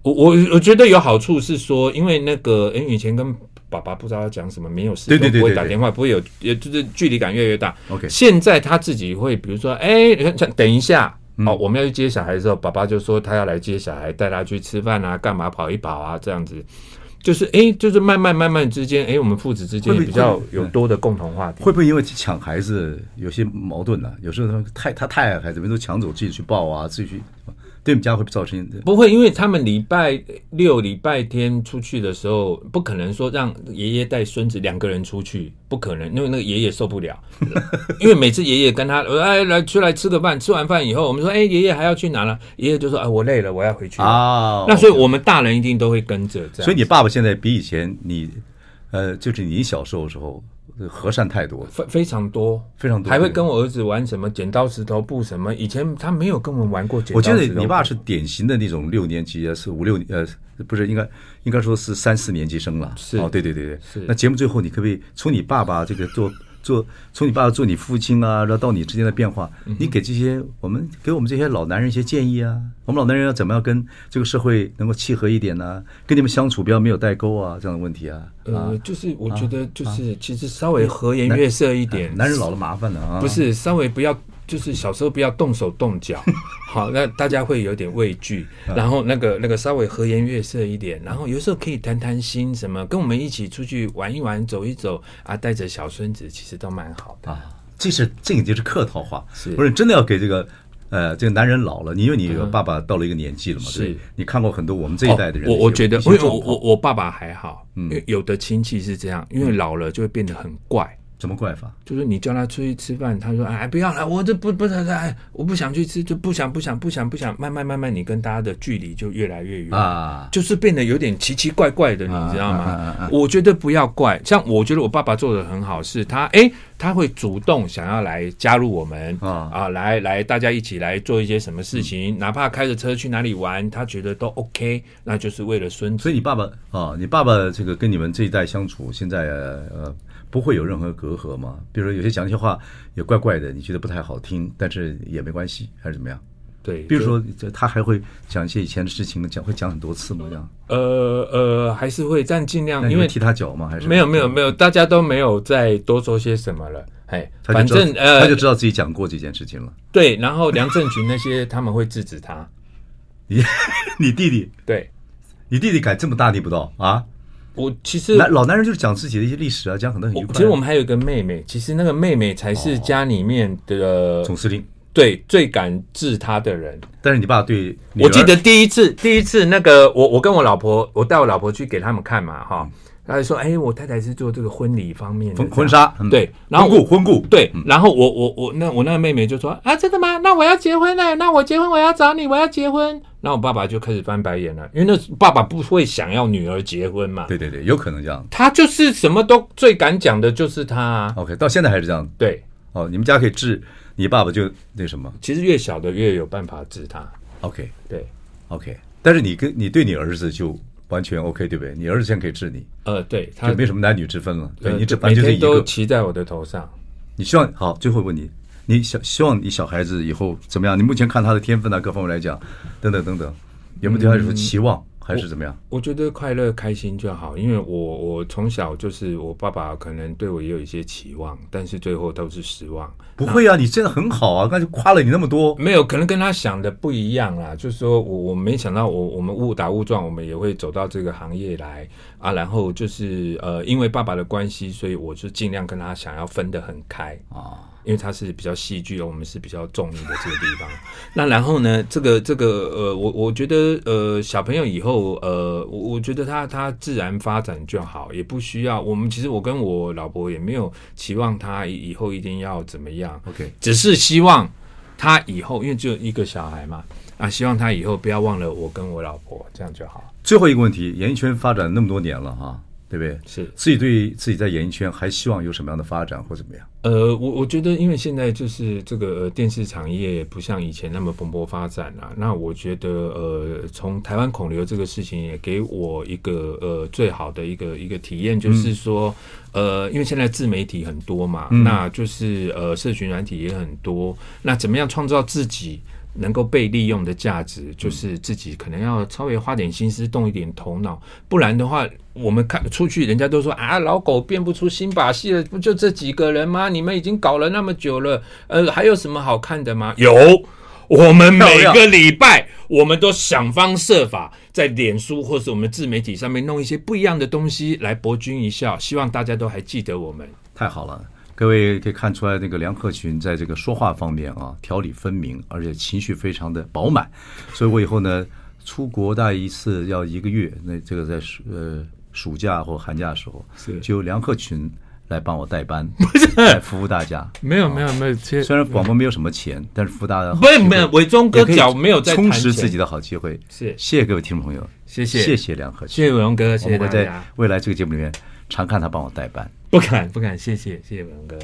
B: 我我我觉得有好处是说，因为那个，因为以前跟爸爸不知道要讲什么，没有时
A: 对对
B: 间
A: 对
B: 不会
A: 对
B: 打
A: 对
B: 电话，不会有，也就是距离感越来越大。
A: OK
B: 现在他自己会，比如说，哎，像等一下。
A: 嗯
B: 哦，我们要去接小孩的时候，爸爸就说他要来接小孩，带他去吃饭啊，干嘛跑一跑啊，这样子，就是哎，就是慢慢慢慢之间，哎，我们父子之间
A: 会不会
B: 比较
A: 会嗯
B: 有多的共同话题。
A: 会不会因为抢孩子有些矛盾呢、有时候他太他太爱孩子，别人都抢走，自己去抱啊，自己去，对你们家会不会造成
B: 不会，因为他们礼拜六、礼拜天出去的时候，不可能说让爷爷带孙子两个人出去，不可能，因为那个爷爷受不了。 因为每次爷爷跟他呃哎来出来吃个饭，吃完饭以后，我们说哎爷爷还要去哪了？爷爷就说哎我累了，我要回去。
A: 啊？
B: 那所以我们大人一定都会跟着这样。
A: 所以你爸爸现在比以前你，呃，就是你小时候的时候呃和善太多了。
B: 非非常多，
A: 非常多
B: 还会跟我儿子玩什么剪刀石头布什么。以前他没有跟我们玩过剪刀
A: 我
B: 石
A: 觉
B: 头布。
A: 得你爸是典型的那种六年级啊，是五六呃，不是应该应该说是三四年级生了。
B: 是
A: 哦，对对对对。
B: 是
A: 那节目最后，你可不可以从你爸爸这个做做，从你爸爸做你父亲啊，然后到你之间的变化，
B: 嗯
A: 你给这些我们给我们这些老男人一些建议啊？我们老男人要怎么样跟这个社会能够契合一点呢、跟你们相处不要没有代沟啊这样的问题啊。
B: 呃，就是我觉得就是其实稍微和颜悦色一点，
A: 男人老了麻烦了啊。
B: 呃不是稍微不要，就是小时候不要动手动 脚，好，那大家会有点畏惧。
A: 嗯
B: 然后那个那个稍微和颜悦色一点，然后有时候可以谈谈心，什么跟我们一起出去玩一玩、走一走啊，带着小孙子其实都蛮好的。
A: 啊，这是这个就是客套话，
B: 是嗯
A: 不是真的要给这个呃这个男人老了，你因为你爸爸到了一个年纪了嘛，
B: 是
A: 对不对，你看过很多我们这一代的人的一
B: 哦
A: 些、
B: 我我觉得，
A: 一些
B: 因为我
A: 状况
B: 我我爸爸还好，
A: 嗯
B: 因为有的亲戚是这样，因为老了就会变得很怪。
A: 怎么怪法？
B: 就是你叫他出去吃饭，他说：“哎，不要了，我这不不是哎，我不想去吃，就不想不想不想不想。”慢慢慢慢，你跟大家的距离就越来越远
A: 啊
B: 就是变得有点奇奇怪怪的，你知道
A: 啊啊啊啊
B: 吗？我觉得不要怪，像我觉得我爸爸做的很好，是他哎、他会主动想要来加入我们
A: 啊嗯
B: 啊，来来，大家一起来做一些什么事情，哪怕开着车去哪里玩，他觉得都 OK，那就是为了孙子。
A: 所以你爸爸啊，你爸爸这个跟你们这一代相处，现在呃不会有任何隔阂吗？比如说有些讲一些话也怪怪的，你觉得不太好听，但是也没关系，还是怎么样？
B: 对，
A: 比如说这他还会讲一些以前的事情，讲会讲很多次吗？这样，
B: 呃呃，还是会，但尽
A: 那
B: 量
A: 你
B: 因
A: 会
B: 为
A: 踢他脚吗？还是
B: 没有没有没有，大家都没有再多说些什么了。哎，
A: 他就
B: 反
A: 知道
B: 正呃，
A: 他就知道自己讲过这件事情了。
B: 对，然后梁振群那些他们会制止他，
A: 你 你弟弟
B: 对。
A: 你弟弟敢这么大逆不道啊？
B: 我其实
A: 男老男人就是讲自己的一些历史啊，讲很多很愉
B: 我
A: 快。
B: 其实我们还有一个妹妹，其实那个妹妹才是家里面的、
A: 总司令，
B: 对最敢治她的人。
A: 但是你爸对女儿，
B: 我记得第一次，第一次那个我我跟我老婆，我带我老婆去给他们看嘛，哈，她就说，哎、我太太是做这个婚礼方面的
A: 嗯婚
B: 这样
A: 婚纱，嗯
B: 对然后
A: 婚顾嗯婚顾，
B: 对，然后我我我那我那个妹妹就说啊，真的吗？那我要结婚了，那我结婚我要找你，我要结婚。然后我爸爸就开始翻白眼了，因为那爸爸不会想要女儿结婚嘛，
A: 对对对，有可能这样。
B: 他就是什么都最敢讲的就是他、啊，
A: OK，到现在还是这样。
B: 对。
A: 哦，你们家可以治，你爸爸就那什么。
B: 其实越小的越有办法治他。
A: OK
B: 对，
A: OK，但是你跟你对你儿子就完全 OK，对不对？你儿子现在可以治你，
B: 呃，对他
A: 就没什么男女之分了。对
B: 呃
A: 你只反
B: 每
A: 正就是
B: 天
A: 一
B: 都
A: 个。
B: 骑在我的头上。
A: 你希望好，最后问你，你想希望你小孩子以后怎么样？你目前看他的天分啊，各方面来讲，等等等等，有没有对他有什么期望，还是怎么样？
B: 我觉得快乐开心就好，因为我我从小就是我爸爸可能对我也有一些期望，但是最后都是失望。
A: 不会啊，你真的很好啊，刚才夸了你那么多。
B: 没有，可能跟他想的不一样啦。就是说我我没想到我，我们误打误撞，我们也会走到这个行业来啊。然后就是呃，因为爸爸的关系，所以我就尽量跟他想要分得很开
A: 啊。
B: 因为他是比较戏剧，我们是比较重义的这个地方。 那然后呢，这个这个呃，我我觉得呃，小朋友以后呃，我我觉得他他自然发展就好，也不需要我们。其实我跟我老婆也没有期望他以以后一定要怎么样。
A: OK，
B: 只是希望他以后因为只有一个小孩嘛，啊，希望他以后不要忘了我跟我老婆，这样就好。
A: 最后一个问题，演艺圈发展那么多年了哈、对不对？
B: 是
A: 自己对自己在演艺圈还希望有什么样的发展或怎么样？
B: 呃，我我觉得，因为现在就是这个、呃、电视产业不像以前那么蓬勃发展啦、那我觉得，呃，从台湾孔流这个事情也给我一个呃最好的一个一个体验，就是说，呃，因为现在自媒体很多嘛，那就是呃社群软体也很多，那怎么样创造自己？能够被利用的价值，就是自己可能要稍微花点心思，动一点头脑，不然的话，我们看出去，人家都说啊，老狗变不出新把戏了，不就这几个人吗？你们已经搞了那么久了，呃，还有什么好看的吗？有，我们每
A: 漂
B: 个
A: 亮
B: 礼拜，我们都想方设法在脸书或是我们自媒体上面弄一些不一样的东西来博君一笑，希望大家都还记得我们。
A: 太好了，各位可以看出来，那个梁鹤群在这个说话方面啊，条理分明，而且情绪非常的饱满。所以我以后呢，出国大概一次要一个月，那这个在暑呃暑假或寒假的时候，
B: 是
A: 就由梁鹤群来帮我代班，不是来服务大家。
B: 没有没有没有，其实
A: 虽然广播没有什么钱，但是服务大家
B: 不是没有，伟忠哥
A: 也可以
B: 脚没有在
A: 充
B: 谈
A: 实
B: 钱
A: 自己的好机会。
B: 是
A: 谢谢各位听众朋友，
B: 谢谢
A: 谢谢梁鹤群，
B: 谢谢伟荣哥，
A: 我
B: 谢谢
A: 们会
B: 大
A: 在
B: 家。
A: 未来这个节目里面常看他帮我代班。
B: 不敢不敢，谢谢谢谢伟荣哥。